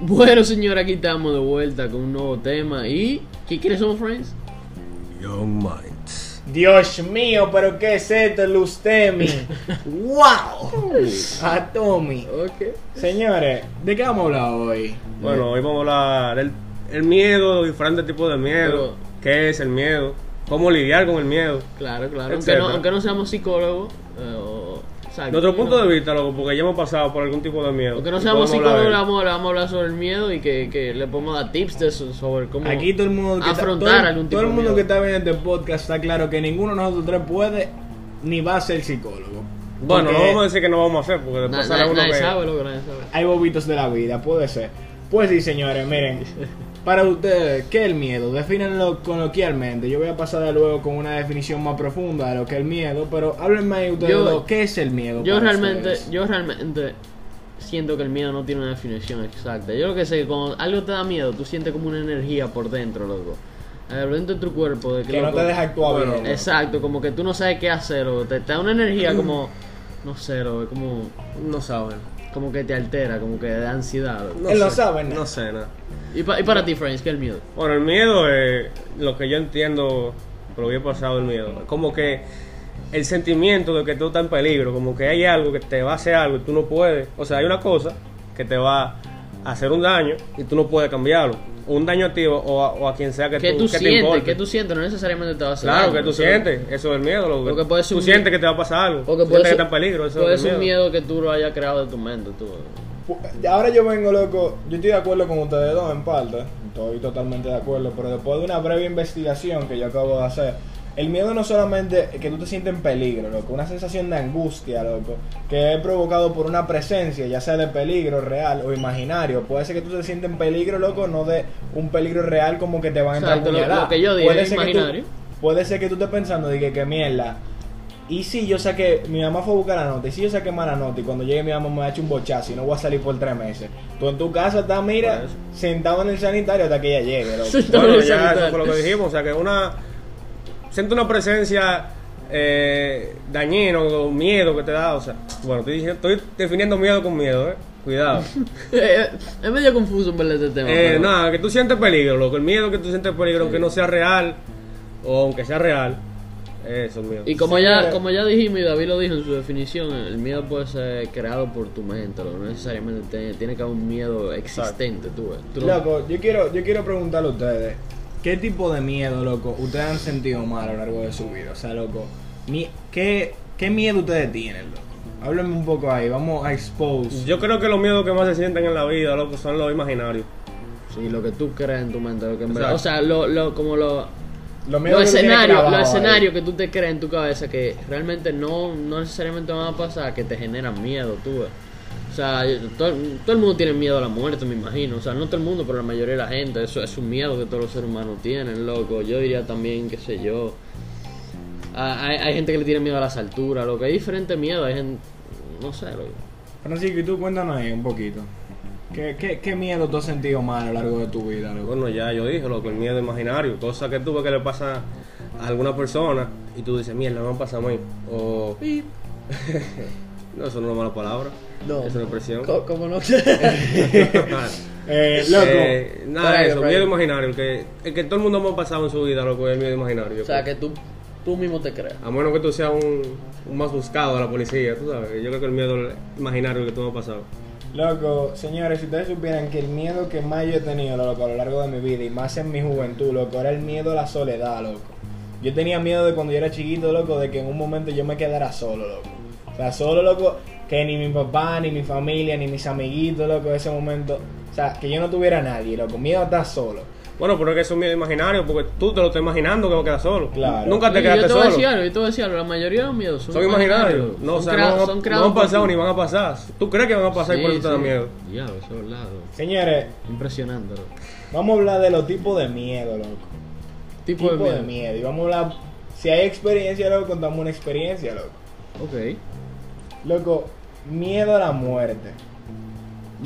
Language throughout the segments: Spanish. Bueno, señora, aquí estamos de vuelta con un nuevo tema. ¿Y qué quieres, somos friends? Young Minds. Dios mío, pero qué es esto, Lustemi. wow. Atomi. Ok. Señores, ¿de qué vamos a hablar hoy? Bueno, hoy vamos a hablar del el miedo, diferentes tipos de miedo. ¿Qué es el miedo? ¿Cómo lidiar con el miedo? Claro, claro. Aunque Etcétera. no, aunque no seamos psicólogos. eh, o, o sea, De otro aquí punto no- de vista, loco, porque ya hemos pasado por algún tipo de miedo. Aunque no Y seamos podemos hablar de psicólogos, él. vamos, a hablar- vamos a hablar sobre el miedo y que, que le podemos dar tips de eso, sobre cómo. Aquí todo el mundo que afrontar está, todo, algún tipo todo el de mundo miedo. que está viendo este podcast está claro que ninguno de nosotros tres puede ni va a ser psicólogo. Bueno, Porque no vamos a decir que no vamos a hacer, porque Na- después na- sale uno nadie que. sabe lo que nadie sabe. hay bobitos de la vida, puede ser. Pues sí, señores, miren. Para ustedes, ¿qué es el miedo? Defínanlo coloquialmente. Yo voy a pasar de luego con una definición más profunda de lo que es el miedo, pero háblenme ahí ustedes, Yo- dos, ¿qué es el miedo? Yo para realmente, ustedes? yo realmente siento que el miedo no tiene una definición exacta. Yo lo que sé que cuando algo te da miedo, tú sientes como una energía por dentro, loco. Eh, Por dentro de tu cuerpo. De Que no loco, te deja actuar Bueno, bien. Exacto, como que tú no sabes qué hacer, o te, te da una energía como, no sé, loco, como, Mm. No saben. como que te altera, como que da ansiedad. loco. No Él sé, lo sabe, ¿no? No sé nada. Y, pa- y para ti, Friends, ¿qué es el miedo? Bueno, el miedo, eh, lo que yo entiendo, por lo que he pasado el miedo, como que el sentimiento de que tú estás en peligro, como que hay algo que te va a hacer algo y tú no puedes. O sea, hay una cosa que te va a hacer un daño y tú no puedes cambiarlo. O un daño a ti o o a, o a quien sea que, ¿Qué tú, que te sientes? importe. ¿Qué tú sientes? No necesariamente te va a hacer Claro, algo, que tú o sea, sientes, eso es el miedo. Lo, Lo que puede ser tú un- sientes que te va a pasar algo. O tú que puede sientes ser, que está en peligro. Eso puede es el ser un miedo. miedo que tú lo hayas creado de tu mente. Tú. Pu- Ahora yo vengo, loco, yo estoy de acuerdo con ustedes dos en parte, estoy totalmente de acuerdo, pero después de una breve investigación que yo acabo de hacer, el miedo no solamente es que tú te sientes en peligro, loco, una sensación de angustia, loco, que es provocado por una presencia, ya sea de peligro real o imaginario, puede ser que tú te sientes en peligro, loco, no de un peligro real como que te van a entrar Exacto, lo- puñaladas. lo que yo dije, Puede ser que tú- imaginario. Puede ser que tú estés pensando, dije, que mierda, y si yo saqué, mi mamá fue a buscar la nota, y si yo saqué mala nota, y cuando llegue mi mamá me ha hecho un bochazo y no voy a salir por tres meses. Tú en tu casa estás, mira, Por eso. sentado en el sanitario hasta que ella llegue, loco. Sí. Bueno, Doble ya sanitario. eso fue lo que dijimos, o sea que una siento una presencia eh, dañina o miedo que te da, o sea, bueno, estoy, diciendo- estoy definiendo miedo con miedo, eh. Cuidado. es medio confuso en verdad este tema. Eh, pero- nada, que tú sientes peligro, loco, el miedo que tú sientes peligro, aunque no sea real o aunque sea real, eh, eso es miedo. Y como Sí, ya, pero- como ya dijimos y David lo dijo en su definición, el miedo puede ser creado por tu mente, loco, no necesariamente te- tiene que haber un miedo existente, tú, ves. Tú no- Loco, yo quiero, yo quiero preguntarle a ustedes, ¿qué tipo de miedo, loco, ustedes han sentido mal a lo largo de su vida? O sea, loco, mi- ¿qué, qué miedo ustedes tienen, loco? Háblenme un poco ahí, vamos a expose. Yo creo que los miedos que más se sienten en la vida, loco, son los imaginarios. sí, lo que tú crees en tu mente, lo que en Exacto. verdad, o sea, lo, lo, como lo, Los miedos los que tú tienes escenarios, los grabados ahí. escenarios que tú te crees en tu cabeza que realmente no, no necesariamente van a pasar, que te generan miedo, tú. ves. O sea, yo- todo, todo el mundo tiene miedo a la muerte, me imagino. O sea, no todo el mundo, pero la mayoría de la gente. Eso es un miedo que todos los seres humanos tienen, loco. Yo diría también, qué sé yo. a- Hay, hay gente que le tiene miedo a las alturas, loco. Hay diferentes miedos, hay gente. No sé, loco. Francisco, y tú cuéntanos ahí un poquito. ¿Qué, qué, ¿Qué miedo tú has sentido mal a lo largo de tu vida, loco? Bueno, ya yo dije, loco, el miedo imaginario, cosas que tuve que le pasa a alguna persona y tú dices, mierda, me van a pasar a mí. O. no, eso no es una mala palabra. No. Es una expresión. ¿Cómo no? Eh, loco. Eh, nada, Brian, eso, Brian. miedo imaginario. El que, el que todo el mundo me ha pasado en su vida, loco, es el miedo imaginario. yo o sea, creo. que tú, tú mismo te creas. A menos que tú seas un, un más buscado de la policía, tú sabes. Yo creo que el miedo imaginario que tú me has pasado. Loco, señores, si ustedes supieran que el miedo que más yo he tenido, loco, a lo largo de mi vida y más en mi juventud, loco, era el miedo a la soledad, loco. Yo tenía miedo de cuando yo era chiquito, loco, de que en un momento yo me quedara solo, loco. O sea, solo, loco, que ni mi papá, ni mi familia, ni mis amiguitos, loco, ese momento. O sea, que yo no tuviera a nadie, loco. Miedo a estar solo. Bueno, pero es que eso es miedo imaginario porque tú te lo estás imaginando que vas a quedar solo. Claro. Nunca te Y quedaste yo te voy a solo. decir algo, yo te voy a decir algo, la mayoría de los miedos son, Son imaginarios. No, son o sea, crea- no, van- son no creados han por pasado ti. ni van a pasar. ¿Tú crees que van a pasar y por eso Sí, te da sí. miedo? Ya, eso es verdad. loco. Señores, Impresionante. loco. vamos a hablar de los tipos de miedo, loco. Tipo, de miedo. miedo. Y vamos a hablar. Si hay experiencia, loco, contamos una experiencia, loco. Ok. Loco, miedo a la muerte.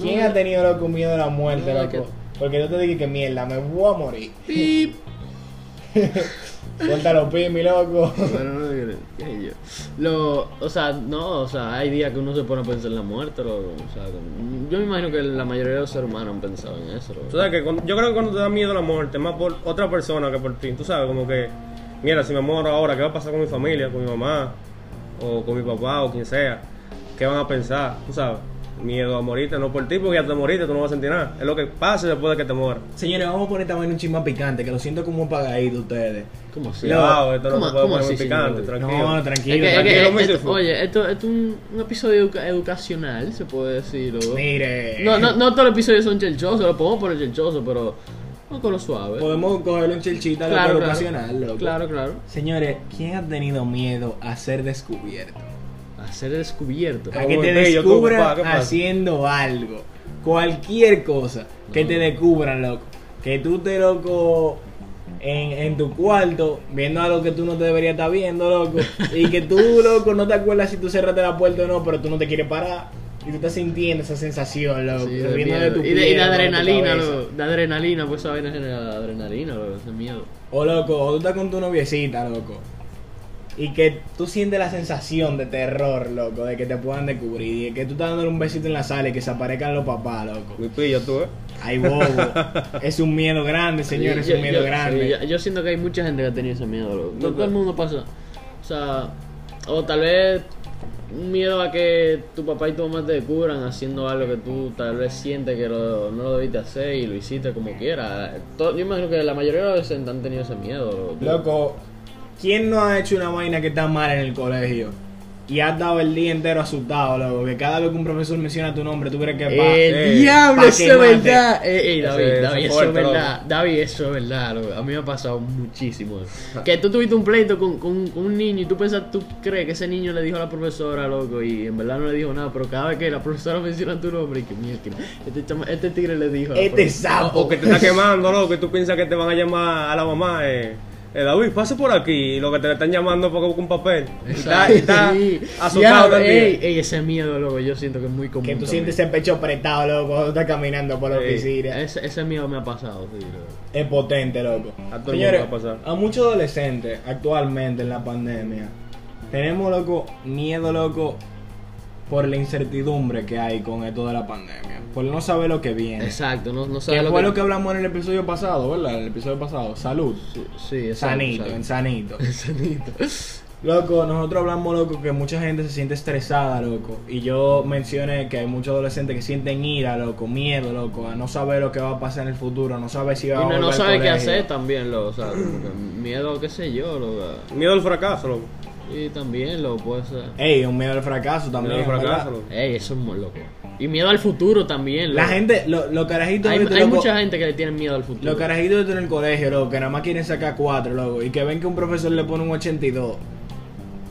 ¿Quién No. ha tenido, loco, miedo a la muerte, No, loco? que- Porque yo te dije que mierda, me voy a morir. Pip. Suéltalo, pi, mi loco. Pero no, yo- qué sé yo. Lo, o sea, no, o sea, hay días que uno se pone a pensar en la muerte, loco. O sea, como- yo me imagino que la mayoría de los seres humanos han pensado en eso, loco. Tú sabes que cuando- yo creo que cuando te da miedo la muerte, es más por otra persona que por ti. Tú sabes, como que, mira, si me muero ahora, ¿qué va a pasar con mi familia, con mi mamá, o con mi papá, o quien sea? ¿Qué van a pensar? Tú sabes, miedo a morirte, no por ti, porque ya te moriste, tú no vas a sentir nada. Es lo que pasa después de que te mueras. Señores, vamos a poner también un chisme picante, que lo siento como apagadito ustedes. ¿Cómo así? Cuidado, esto no ¿Cómo- se puede cómo poner muy así, señor picante, Luis? tranquilo. No, Es que- tranquilo, es que- tranquilo, esto- Misifu. oye, esto, esto es un, un episodio educa- educacional, se puede decir, loco. Mire. No, no, no todos los episodios son chelchosos, lo podemos poner chelchoso, pero no con lo suave. Podemos cogerle un chelchita a claro, lo claro, ocasional, loco. claro, claro. Señores, ¿quién ha tenido miedo a ser descubierto? A ser descubierto. A Ah, que bueno, te bello, ¿cómo, papá? descubran ¿Qué pasa? haciendo algo. Cualquier cosa. Que te descubran, loco. Que tú te, loco, en, en tu cuarto, viendo algo que tú no te deberías estar viendo, loco. Y que tú, loco, no te acuerdas si tú cerraste la puerta o no, pero tú no te quieres parar. Y tú estás sintiendo esa sensación, loco. Sí, de subiendo de miedo. tu y, de, y de pierna, tu adrenalina, cabeza. loco. De adrenalina, pues esa vaina genera adrenalina, loco, ese miedo. O loco, o tú estás con tu noviecita, loco. Y que tú sientes la sensación de terror, loco, de que te puedan descubrir. Y de que tú estás dándole un besito en la sala y que se aparezcan los papás, loco. Mi pillo, tú, ¿eh? Ay, bobo. es un miedo grande, Este señor, es Yo- un miedo yo- sí, grande. yo, yo siento que hay mucha gente que ha tenido ese miedo, loco. No No, todo el no. mundo pasa. O sea, o tal vez un miedo a que tu papá y tu mamá te descubran haciendo algo que tú tal vez sientes que lo- no lo debiste hacer y lo hiciste como quiera. To- yo imagino que la mayoría de los adolescentes han tenido ese miedo, loco. Loco, ¿quién no ha hecho una vaina que está mal en el colegio? Y has estado el día entero asustado, loco. Que cada vez que un profesor menciona tu nombre, tú crees que va. El eh, diablo, pa' eso es quemarte. verdad. Ey, ey, David, Ese- David, ese eso es fuerte, verdad. David, eso es verdad. loco. A mí me ha pasado muchísimo. Ah. eso. Que tú tuviste un pleito con, con- con un niño y tú pensas, tú crees que ese niño le dijo a la profesora, loco, y en verdad no le dijo nada, pero cada vez que la profesora menciona tu nombre, y que mierda, este, chama- este tigre le dijo. a la Este profesora". sapo. O que te está quemando, loco, y tú piensas que te van a llamar a la mamá, eh. eh, David, pase por aquí, y lo que te están llamando es para que busque un papel. Y está, y está Sí. asustado Diablo, también. ey, ey, ese miedo, loco, yo siento que es muy común. Que tú también. sientes ese pecho apretado, loco, cuando estás caminando por la Sí. oficina. ese, ese miedo me ha pasado, sí, loco. Es potente, loco. A todo el Señores, mundo le va a pasar. a muchos adolescentes actualmente en la pandemia tenemos, loco, miedo, loco, por la incertidumbre que hay con esto de la pandemia. Por no saber lo que viene. Exacto, no, no sabes Que lo fue que. lo que hablamos en el episodio pasado, ¿verdad? En el episodio pasado. Salud. Sí, exacto, Sanito, exacto. en sanito. Sanito. Loco, nosotros hablamos, loco, que mucha gente se siente estresada, loco. Y yo mencioné que hay muchos adolescentes que sienten ira, loco, miedo, loco, a no saber lo que va a pasar en el futuro, no saber si va Y a no, volver no al sabe qué colegio. hacer también, lo, o sea, como que miedo, qué sé yo, lo, Miedo al fracaso, loco. y también lo puede ser. Ey, un miedo al fracaso también. Miedo al ¿verdad? fracaso, loco. Ey, eso es muy loco. Y miedo al futuro también, La loco. gente, lo- los carajitos Hay, de este hay mucha gente que le tiene miedo al futuro. Los carajitos de este en el colegio, loco, que nada más quieren sacar cuatro, loco, y que ven que un profesor le pone un 82.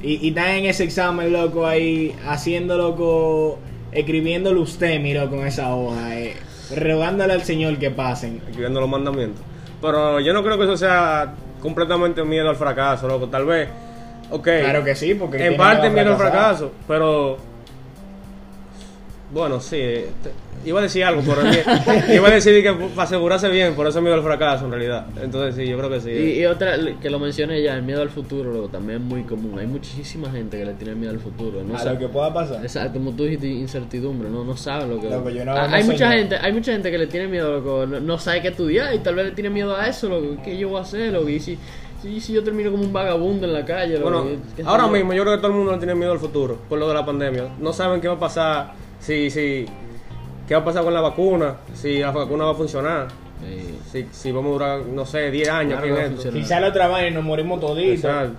Y, y están en ese examen, loco, ahí haciendo, loco, escribiéndole usted, mi loco, en esa hoja, eh, rogándole al señor que pasen. escribiendo los mandamientos. Pero yo no creo que eso sea completamente miedo al fracaso, loco. Tal vez, ok. Claro que sí, porque... En tiene parte que miedo al fracasar. fracaso, pero. Bueno, sí. te- iba a decir algo, pero. es que- iba a decir que para asegurarse bien, por eso es miedo al fracaso en realidad. Entonces, sí, yo creo que sí. y, y otra que lo mencioné ya, el miedo al futuro, loco, también es muy común. Hay muchísima gente que le tiene miedo al futuro. No A sabe- lo que pueda pasar. Exacto, como tú dijiste, incertidumbre, no, no sabe lo que... Loco, yo no- Ah, no hay, soy mucha yo. gente, hay mucha gente que le tiene miedo, loco, no, no sabe qué estudiar y tal vez le tiene miedo a eso, loco, ¿qué yo voy a hacer, loco? Y si, si, si yo termino como un vagabundo en la calle, loco, Bueno, ¿qué sé ahora yo? mismo yo creo que todo el mundo le tiene miedo al futuro por lo de la pandemia. No saben qué va a pasar, si, si, qué va a pasar con la vacuna, si la vacuna va a funcionar, Sí, si, si vamos a durar, no sé, 10 años. Claro aquí que en va a esto. funcionar. Si sale otra vaina y nos morimos toditos. Exacto.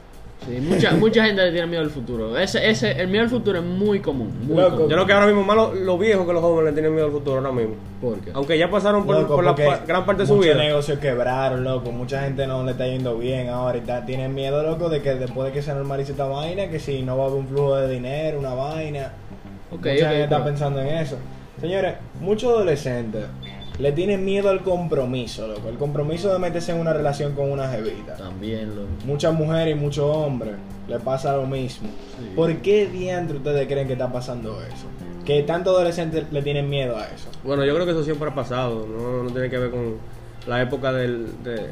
sí, mucha, mucha gente le tiene miedo al futuro. Ese, ese, el miedo al futuro es muy común, muy Loco. común. Yo creo que ahora mismo más lo- los viejos que los jóvenes le tienen miedo al futuro ahora mismo. ¿Por qué? Aunque ya pasaron por, Loco, por la porque pa- gran parte de su muchos vida. negocios quebraron, loco. Mucha gente no le está yendo bien ahora. y está- Tienen miedo, loco, de que después de que se normalice esta vaina, que si no va a haber un flujo de dinero, una vaina. Ok, Mucha ok, gente está pero- pensando en eso. Señores, muchos adolescentes le tienen miedo al compromiso, loco. El compromiso de meterse en una relación con una jevita. También, loco. Muchas mujeres y muchos hombres le pasa lo mismo. Sí. ¿Por qué diantre ustedes creen que está pasando eso? Que tantos adolescentes le tienen miedo a eso. Bueno, yo creo que eso siempre ha pasado. No, no tiene que ver con la época del, de, de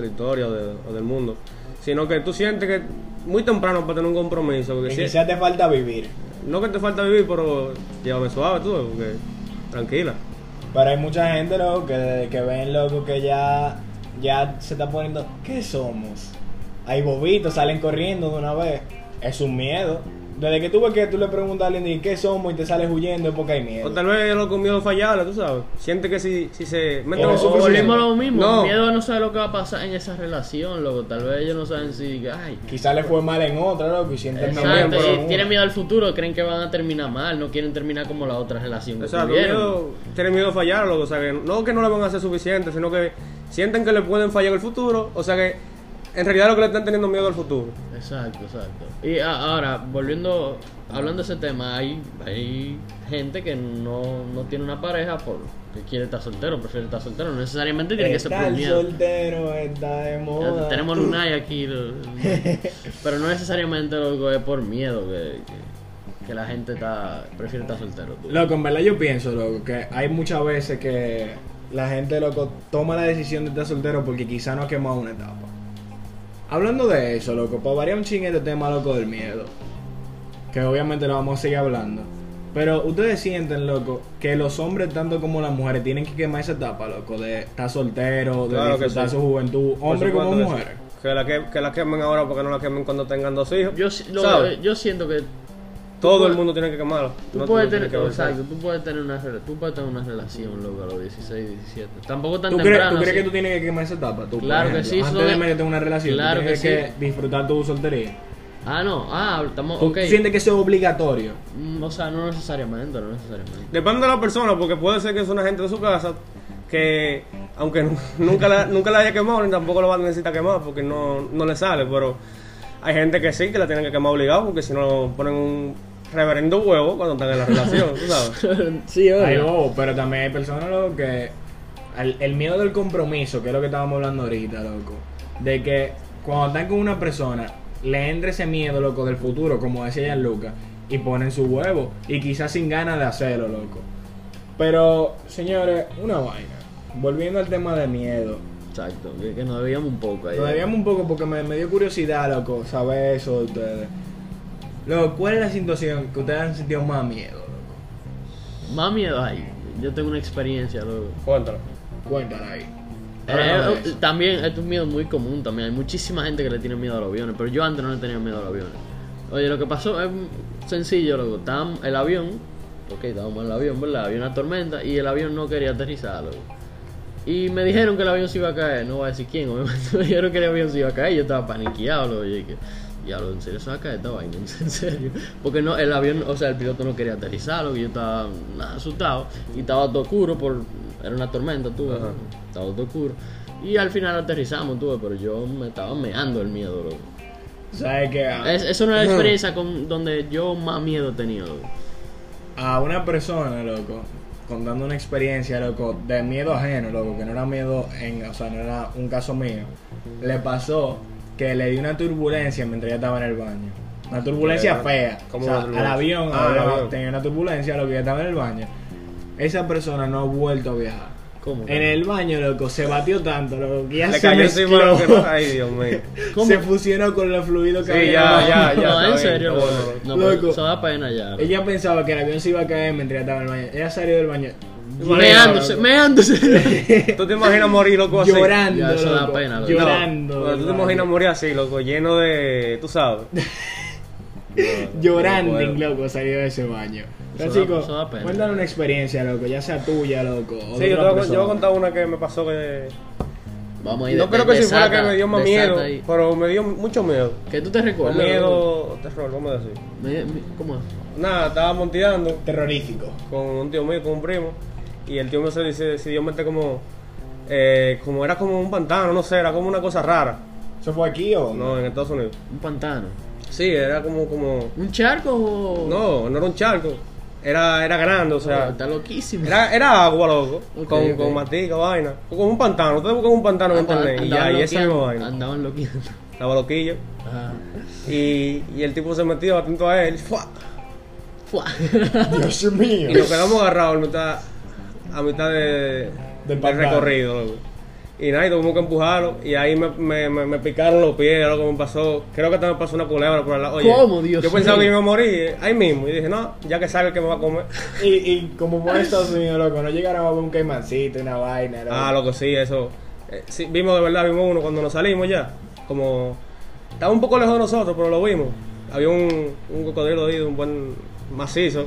la historia o, de- o del mundo. sino que tú sientes que muy temprano para tener un compromiso. Porque Que si- quizás te falta vivir. no que te falta vivir, pero llévame suave tú, porque tranquila. Pero hay mucha gente, loco, que, que ven, loco, que ya, ya se está poniendo, ¿qué somos? Hay bobitos, salen corriendo de una vez. Es un miedo. Desde que tú ves que tú le preguntas a alguien, "¿Y ¿qué somos? Y te sales huyendo es porque hay miedo. O tal vez lo con miedo fallarle, tú sabes. Siente que si, si se mete Pero O es suficiente. volvemos a lo mismo, No. miedo a no saber lo que va a pasar en esa relación, loco. Tal vez ellos no saben si. Ay, Quizás le fue mal en otra, loco, y sienten también, Exacto, pero si en una. tienen miedo al futuro, creen que van a terminar mal, no quieren terminar como la otra relación que O sea, los tuvieron. miedo, tienen miedo a fallar, loco. O sea, que no que no le van a hacer suficiente, sino que sienten que le pueden fallar en el futuro. O sea, que en realidad lo que le están teniendo miedo al futuro. Exacto, exacto. Y a- ahora, volviendo, hablando de ese tema, hay, hay gente que no, no tiene una pareja porque quiere estar soltero, prefiere estar soltero. No necesariamente tiene que ser por Estar miedo. soltero, está de moda. Ya Tenemos Lunay aquí. lo- pero no necesariamente loco, es por miedo que, que- que la gente está prefiere estar soltero. tú. Loco, en verdad yo pienso, loco, que hay muchas veces que la gente, loco, toma la decisión de estar soltero porque quizá no ha quemado una etapa. Hablando de eso, loco, para variar un ching este tema, loco, del miedo, que obviamente lo vamos a seguir hablando, pero ustedes sienten, loco, que los hombres, tanto como las mujeres, tienen que quemar esa etapa, loco, de estar soltero, de Claro que disfrutar sí. su juventud, Por hombres como supuesto que mujeres. sí. Que la, que, que la quemen ahora porque no la quemen cuando tengan dos hijos. Yo, si- lo- ¿Sabes? yo siento que Todo el puedes- mundo tiene que quemarlo. Tú No- puedes no tiene tener, que Mm. ver. exacto, tú puedes tener una rela- tú puedes tener una relación, loco, a los 16, 17. Tampoco tan ¿Tú crees, temprano. tú crees así. que tú tienes que quemar esa etapa? Tú, por Claro que ejemplo, sí, eso Antes de es- meterte en una relación, tú claro tienes que que, sí. disfrutar tu soltería. Ah, no, ah, estamos ¿Tú ok. sientes que eso es obligatorio? Mm, O sea, no necesariamente, no necesariamente. Depende de la persona, porque puede ser que es una gente de su casa que, aunque nu- nunca la, nunca la haya quemado, ni tampoco la van a necesitar quemar porque no, no le sale. Pero hay gente que sí, que la tienen que quemar obligado, porque si no ponen un reverendo huevo cuando están en la relación, tú sabes. sí, Hay bobo, oh, pero también hay personas, loco, que. El, el miedo del compromiso, que es lo que estábamos hablando ahorita, loco. De que cuando están con una persona, le entra ese miedo, loco, del futuro, como decía Lucas, y ponen su huevo, y quizás sin ganas de hacerlo, loco. Pero, señores, una vaina. Volviendo al tema de miedo. Exacto, que, que nos debíamos un poco ahí. Lo debíamos un poco porque me, me dio curiosidad, loco, saber eso de ustedes. Loco, ¿cuál es la situación que ustedes han sentido más miedo, loco? Más miedo hay. Yo tengo una experiencia, loco. Cuéntalo. Cuéntala ahí. Eh, Háblanos de eh, eso. también es un miedo muy común también. Hay muchísima gente que le tiene miedo a los aviones, pero yo antes no le tenía miedo a los aviones. Oye, lo que pasó es sencillo, loco. Estábamos el avión, ok, estábamos en el avión, ¿verdad? Había una tormenta y el avión no quería aterrizar, loco. Y me dijeron que el avión se iba a caer, no voy a decir quién, obviamente me dijeron que el avión se iba a caer, yo estaba paniqueado, loco, y dije, diablo, en serio se va a caer esta vaina, en serio. Porque no, el avión, o sea, el piloto no quería aterrizar, loco, y yo estaba nada, asustado, y estaba todo oscuro por, era una tormenta, tú, Ajá. estaba todo oscuro. Y al final aterrizamos, tú, pero yo me estaba meando el miedo, loco. ¿Sabes qué? A, Es, es una experiencia con, donde yo más miedo tenía, loco. a una persona, loco, contando una experiencia, loco, de miedo ajeno, loco, que no era miedo, en, o sea, no era un caso mío, le pasó que le dio una turbulencia mientras ella estaba en el baño. Una turbulencia Ya, fea. ¿cómo o sea, una turbulencia? al avión, Ah, al al- avión. tenía una turbulencia, lo que ella estaba en el baño. Esa persona no ha vuelto a viajar. ¿Cómo? En el baño, loco, se batió tanto, loco, que ya Le se cayó encima lo mezcló. que no. Ay, Dios mío. Se fusionó con los fluidos que Sí, había. ya, en el ya, no, baño. está en bien, serio, está loco. bueno. No, pero Loco. se da pena ya. loco. Ella pensaba que el avión se iba a caer mientras ella estaba en el baño. Ella salió del baño Meándose, meándose. ¿Tú te imaginas morir, loco, así? llorando, Ya, eso da loco, pena, loco. No, llorando, pero ¿Tú te loco. imaginas morir así, loco, lleno de... tú sabes? llorando, Bueno. loco, salió de ese baño. Pero Eso da- chicos, eso da pena. cuéntanos una experiencia, loco, ya sea tuya, loco. o Sí, de yo, te voy a- otra yo voy a persona. contar una que me pasó que... Vamos a ir No creo que si fuera que me dio más miedo, pero me dio mucho miedo. ¿Qué tú te O recuerdas? miedo, o terror, vamos a decir. Me- me- ¿Cómo? Nada, estaba monteando terrorífico. con un tío mío, con un primo, y el tío mío se dice- decidió meter como. eh, como era como un pantano, no sé, era como una cosa rara. ¿Eso fue aquí o No, en Estados Unidos. Un pantano. Sí, era como. como ¿Un charco o.? no, no era un charco. Era, era grande, o sea. está loquísimo. Era, era agua, loco. Ok, con, ok. con matica, vaina. Como un pantano. Ustedes buscan un pantano en Andaban- internet y ya, andaban y esa loqueando- misma vaina. Andaban loqueando. Estaba loquillo. Ah. Y, y el tipo se metió atento a él. ¡fua! Fua. Dios mío. Y nos quedamos agarrados a mitad, a mitad de, Del del pantano. recorrido, loco. Y nada, y tuvimos que empujarlo. Y ahí me, me, me, me picaron los pies, era lo que me pasó. Creo que hasta me pasó una culebra por el lado. Oye, ¿Cómo, Dios Yo pensaba mío? que yo iba a morir eh, ahí mismo. Y dije, no, ya que sabe que me va a comer. Y, y como por Estados Unidos, loco, no llegaron a ver un caimancito, una vaina. loco. Ah, loco, sí, eso. Eh, sí, vimos de verdad, vimos uno cuando nos salimos ya. Como. Estaba un poco lejos de nosotros, pero lo vimos. Había un, un cocodrilo ahí, de un buen macizo.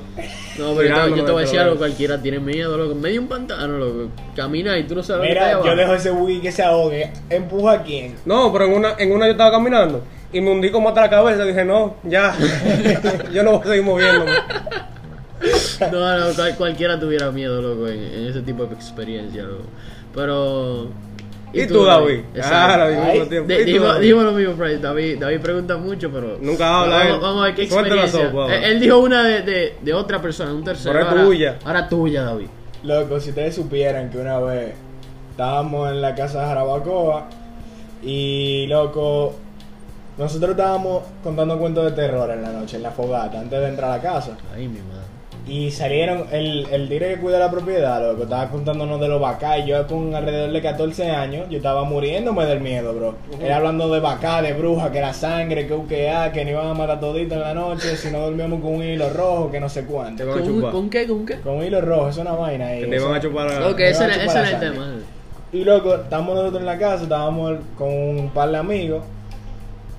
No, pero yo te- yo, Mirándome, te voy a decir pero- algo, cualquiera tiene miedo, loco. En medio de un pantano, loco. Camina y tú no sabes Mira, lo que yo te dejo ese wiki que se ahogue. ¿Empuja a quién? No, pero en una, en una yo estaba caminando y me hundí como hasta la cabeza. Dije, no, ya. yo no voy a seguir moviéndome. lleva. No, no, cual- cualquiera tuviera miedo, loco, en, en ese tipo de experiencia, loco. Pero... ¿Y tú, David? Exacto. Ah, David, al Ay, mismo tiempo. De- ¿Y tú, digo, David? digo lo mismo, Fred. David, David pregunta mucho, pero. Nunca habla, Vamos, eh. vamos a ver qué Suelta la experiencia. sopa, va. él, él dijo una de, de, de otra persona, un tercero. Pero es ahora, tuya. Ahora tuya, David. Loco, si ustedes supieran que una vez estábamos en la casa de Jarabacoa y, loco, nosotros estábamos contando cuentos de terror en la noche, en la fogata, antes de entrar a la casa. Ahí, mi madre. Y salieron, el, el tigre que cuida la propiedad, loco, estaba contándonos de los bacay. Yo con alrededor de 14 años, yo estaba muriéndome del miedo, bro. Era hablando de bacá, de bruja, que era sangre, que uquea, que nos iban a matar todito en la noche, si no dormíamos con un hilo rojo, que no sé Te cuánto. van a ¿Con, chupar. Ah. con qué? ¿Con qué? Con hilo rojo, es una vaina ahí. Te eso- van a chupar. la- ok, me ese va a era, ese chupar era la el sangre. tema. Y loco, estábamos nosotros en la casa, estábamos con un par de amigos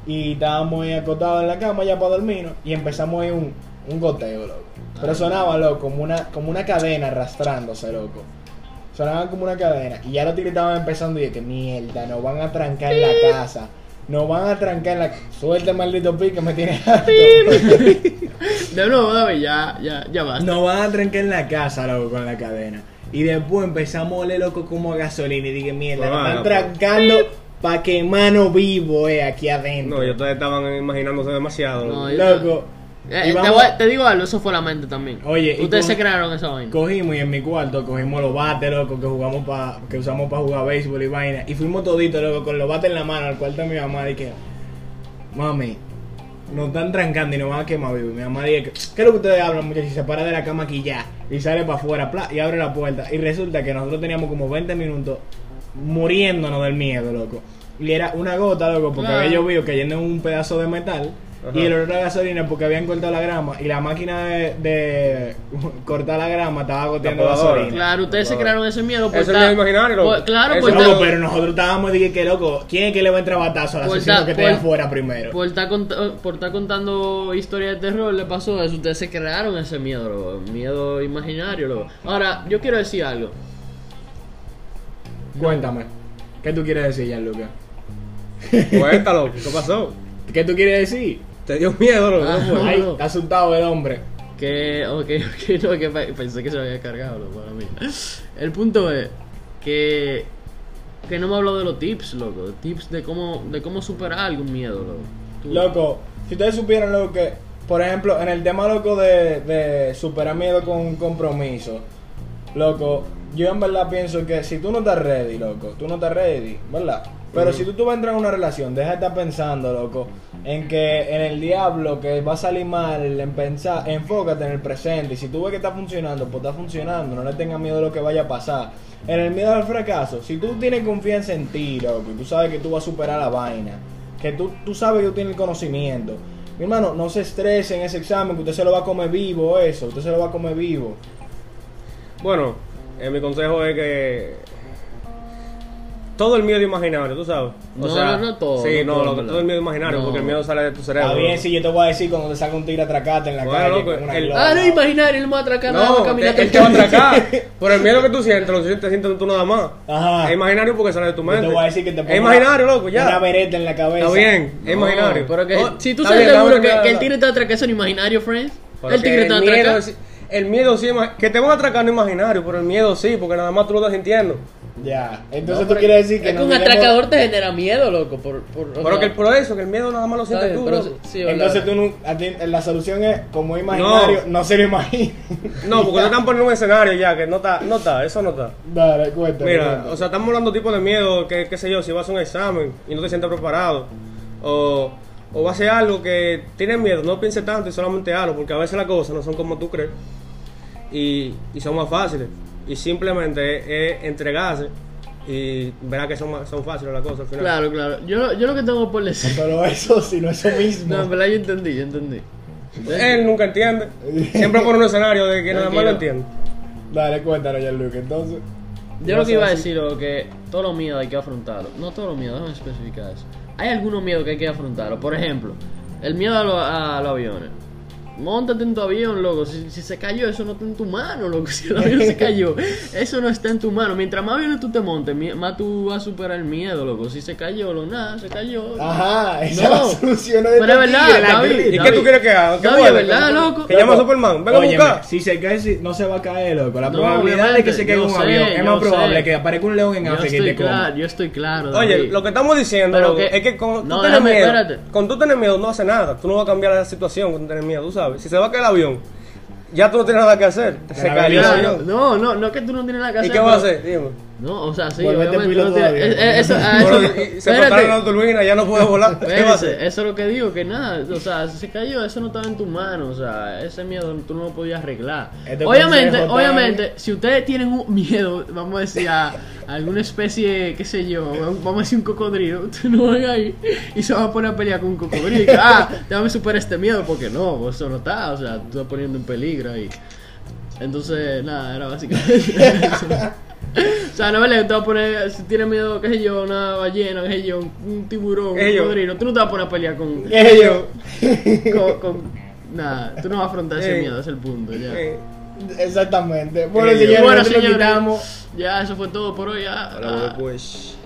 y estábamos ahí acotados en la cama ya para dormirnos y empezamos ahí un, un goteo, loco. Pero sonaba, loco, como una, como una cadena arrastrándose, loco. Sonaba como una cadena y ya los tigres estaban empezando y de que mierda, nos van a trancar en la casa. Nos van a trancar en la Suelta el maldito pique, me tiene harto. De nuevo, David, ya, ya, ya basta. Nos van a trancar en la casa, loco, con la cadena. Y después empezamos a oler loco como a gasolina. Y dije, mierda, Pues nos van están a por- trancando pa' quemarnos vivo, eh, aquí adentro. No, yo ustedes estaban imaginándose demasiado. No, yo- Loco. Eh, y eh, te, vamos- voy a- te digo algo, eso fue la mente también. Oye, y ustedes con- se crearon esa vaina. Cogimos y en mi cuarto cogimos los bates, loco, que jugamos pa, que usamos para jugar béisbol y vaina. Y fuimos toditos, loco, con los bates en la mano al cuarto de mi mamá. Dije, mami, nos están trancando y nos van a quemar vivo. Y mi mamá dice, ¿qué es lo que ustedes hablan, muchachos? Y se para de la cama aquí ya. Y sale para afuera, pla, y abre la puerta. Y resulta que nosotros teníamos como 20 minutos muriéndonos del miedo, loco. Y era una gota, loco, porque Claro. había llovido cayendo en un pedazo de metal. Ajá. Y el olor a gasolina porque habían cortado la grama. Y la máquina de, de cortar la grama estaba goteando La podadora. gasolina. Claro, ustedes se crearon ese miedo. por Eso es estar- miedo imaginario, loco. por- claro, Eso por es estar- Loco, pero nosotros estábamos dije que loco, ¿quién es que le va a entrar batazo al Por asesino ta- que por- esté afuera primero? Por estar, cont- por estar contando historias de terror le pasó eso, ustedes se crearon ese miedo, loco, miedo imaginario. loco. Ahora, yo quiero decir algo. Cuéntame, ¿qué tú quieres decir, Gianluca? eh. Cuéntalo, ¿qué pasó? ¿Qué tú quieres decir? Te dio miedo, loco. Ah. ¿qué fue? Ay, no. está asustado el hombre. Que, ok, ok, no, que pe- pensé que se lo había cargado, loco, para mí. El punto es que, que no me habló de los tips, loco, de tips de cómo, de cómo superar algún miedo, loco. Tú- Loco, si ustedes supieran lo que, por ejemplo, en el tema loco de, de superar miedo con compromiso, loco, yo en verdad pienso que si tú no estás ready, loco, tú no estás ready, ¿verdad? Pero si tú, tú vas a entrar en una relación, deja de estar pensando, loco, en que en el diablo que va a salir mal, en pensar, enfócate en el presente. Y si tú ves que está funcionando, pues está funcionando, no le tengas miedo a lo que vaya a pasar. En el miedo al fracaso, si tú tienes confianza en ti, loco, y tú sabes que tú vas a superar la vaina, que tú, tú sabes que tú tienes el conocimiento. Mi hermano, no se estrese en ese examen, que usted se lo va a comer vivo, eso, usted se lo va a comer vivo. Bueno, eh, mi consejo es que todo el miedo imaginario, tú sabes. No, no, no todo, Sí, no no, todo, loco, en todo el miedo verdad. imaginario, No. porque el miedo sale de tu cerebro. Está bien, loco. si yo te voy a decir cuando te saca un tigre atracate en la Bueno, calle loco, con una el- globa. Ah, no, imaginario, él me va a atracar, nada más No, caminar te- él te todo va a el- atracar. Pero el miedo que tú sientes, lo sientes, sientes tú nada más. Ajá. Es imaginario porque sale de tu Yo mente. te voy a decir que te es pongo imaginario, una- loco, ya. Una vereta en la cabeza. Está bien, es No, imaginario. Pero que, No, si tú Oh, estás está bien, está seguro bien, que, está que bien. el tigre te atraca, eso es imaginario, friends. Porque El tigre te el miedo, atraca. sí- el miedo sí, ima- que te van a atracar no es imaginario, pero el miedo sí, porque nada más tú lo estás sintiendo. Ya, entonces tú quieres decir que Es que nos un miremos- atracador te genera miedo, loco. Por, por, o Pero sea, que el por eso, que el miedo nada más lo está sientes bien, tú. pero loco. sí, sí, verdad. Entonces tú nu- a ti- la solución es, como es imaginario, no, se lo imagino. No, porque te están poniendo un escenario ya, que no está, no está, eso no está. Dale, cuéntame. Mira, cuéntame. o sea, estamos hablando tipo de miedo, que qué sé yo, si vas a un examen y no te sientes preparado, o, o vas a hacer algo que tienes miedo, no pienses tanto y solamente hazlo, porque a veces las cosas no son como tú crees y, y son más fáciles. Y simplemente es, es entregarse y verás que son, más- son fáciles las cosas al final. Claro, claro. Yo, yo lo que tengo por No decir. solo eso, sino eso mismo. No, en verdad yo entendí, yo entendí. Él nunca entiende. Siempre pone un escenario de que nada más lo Tranquilo. entiende. Dale, cuéntanos ya, Luke. Entonces, Yo lo que iba a Entonces, decir es que todos los miedos hay que afrontarlo. No todos los miedos, déjame especificar eso. Hay algunos miedos que hay que afrontarlo. Por ejemplo, el miedo a, lo- a los aviones. Móntate en tu avión, loco. Si, si se cayó, eso no está en tu mano, loco. Si el avión se cayó, eso no está en tu mano. Mientras más aviones tú te montes, mi- más tú vas a superar el miedo, loco. Si se cayó, lo nada, se cayó. Ajá, esa No. es la solución de Pero es este verdad, tigre, la David. grita. ¿Y qué tú quieres que haga? ¿Que No, vuelva? es verdad, loco. Que llama a Loco, Superman. Venga a óyeme, buscar. Si se cae, si- no se va a caer, loco. La No, probabilidad de obviamente, que se caiga yo un sé, avión es yo más probable sé. que aparezca un león en Yo África y te estoy coma. claro, yo estoy claro. Oye, David. lo que estamos diciendo Pero loco, que- es que con No, tú tener déjame, miedo, espérate. con tú tener miedo no hace nada. Tú no vas a cambiar la situación con tener miedo, tú sabes. Si se va a caer el avión, ya tú no tienes nada que hacer. Se la cayó el verdad, Claro, avión. no, no, no es que tú no tienes la casa. ¿Y qué vas a hacer? Dime. No, o sea, sí, Volvete obviamente, piloto no tiene- de avión. eh, eh, eso, a eso- Bueno, y- y se cortaron la turbina, ya no puedes volar. ¿Qué vas a Espérate, hacer? eso es lo que digo, que nada, o sea, si se cayó, eso no estaba en tu mano, o sea, ese miedo tú no lo podías arreglar. Este obviamente, consejo, obviamente, si ustedes tienen un miedo, vamos a decir, a alguna especie, qué sé yo, vamos a decir un cocodrilo, tú no van ahí y se van a poner a pelear con un cocodrilo y que, ah, déjame superar este miedo, porque no, eso no está, o sea, tú estás poniendo en peligro ahí. Entonces, nada, era básicamente eso. O sea, no me le te vas a poner, si tienes miedo, qué sé yo, una ballena, qué sé yo, un tiburón, Qué sé un yo. cocodrilo, tú no te vas a poner a pelear con... ¿Qué con, yo? con- nada, tú no vas a afrontar ese Eh. miedo, ese es el punto, ya. Eh, Exactamente. Bueno, Eh, señores, bueno, nosotros lo señores. quitamos. Ya, eso fue todo por hoy, ya. ahora Ah. voy, pues.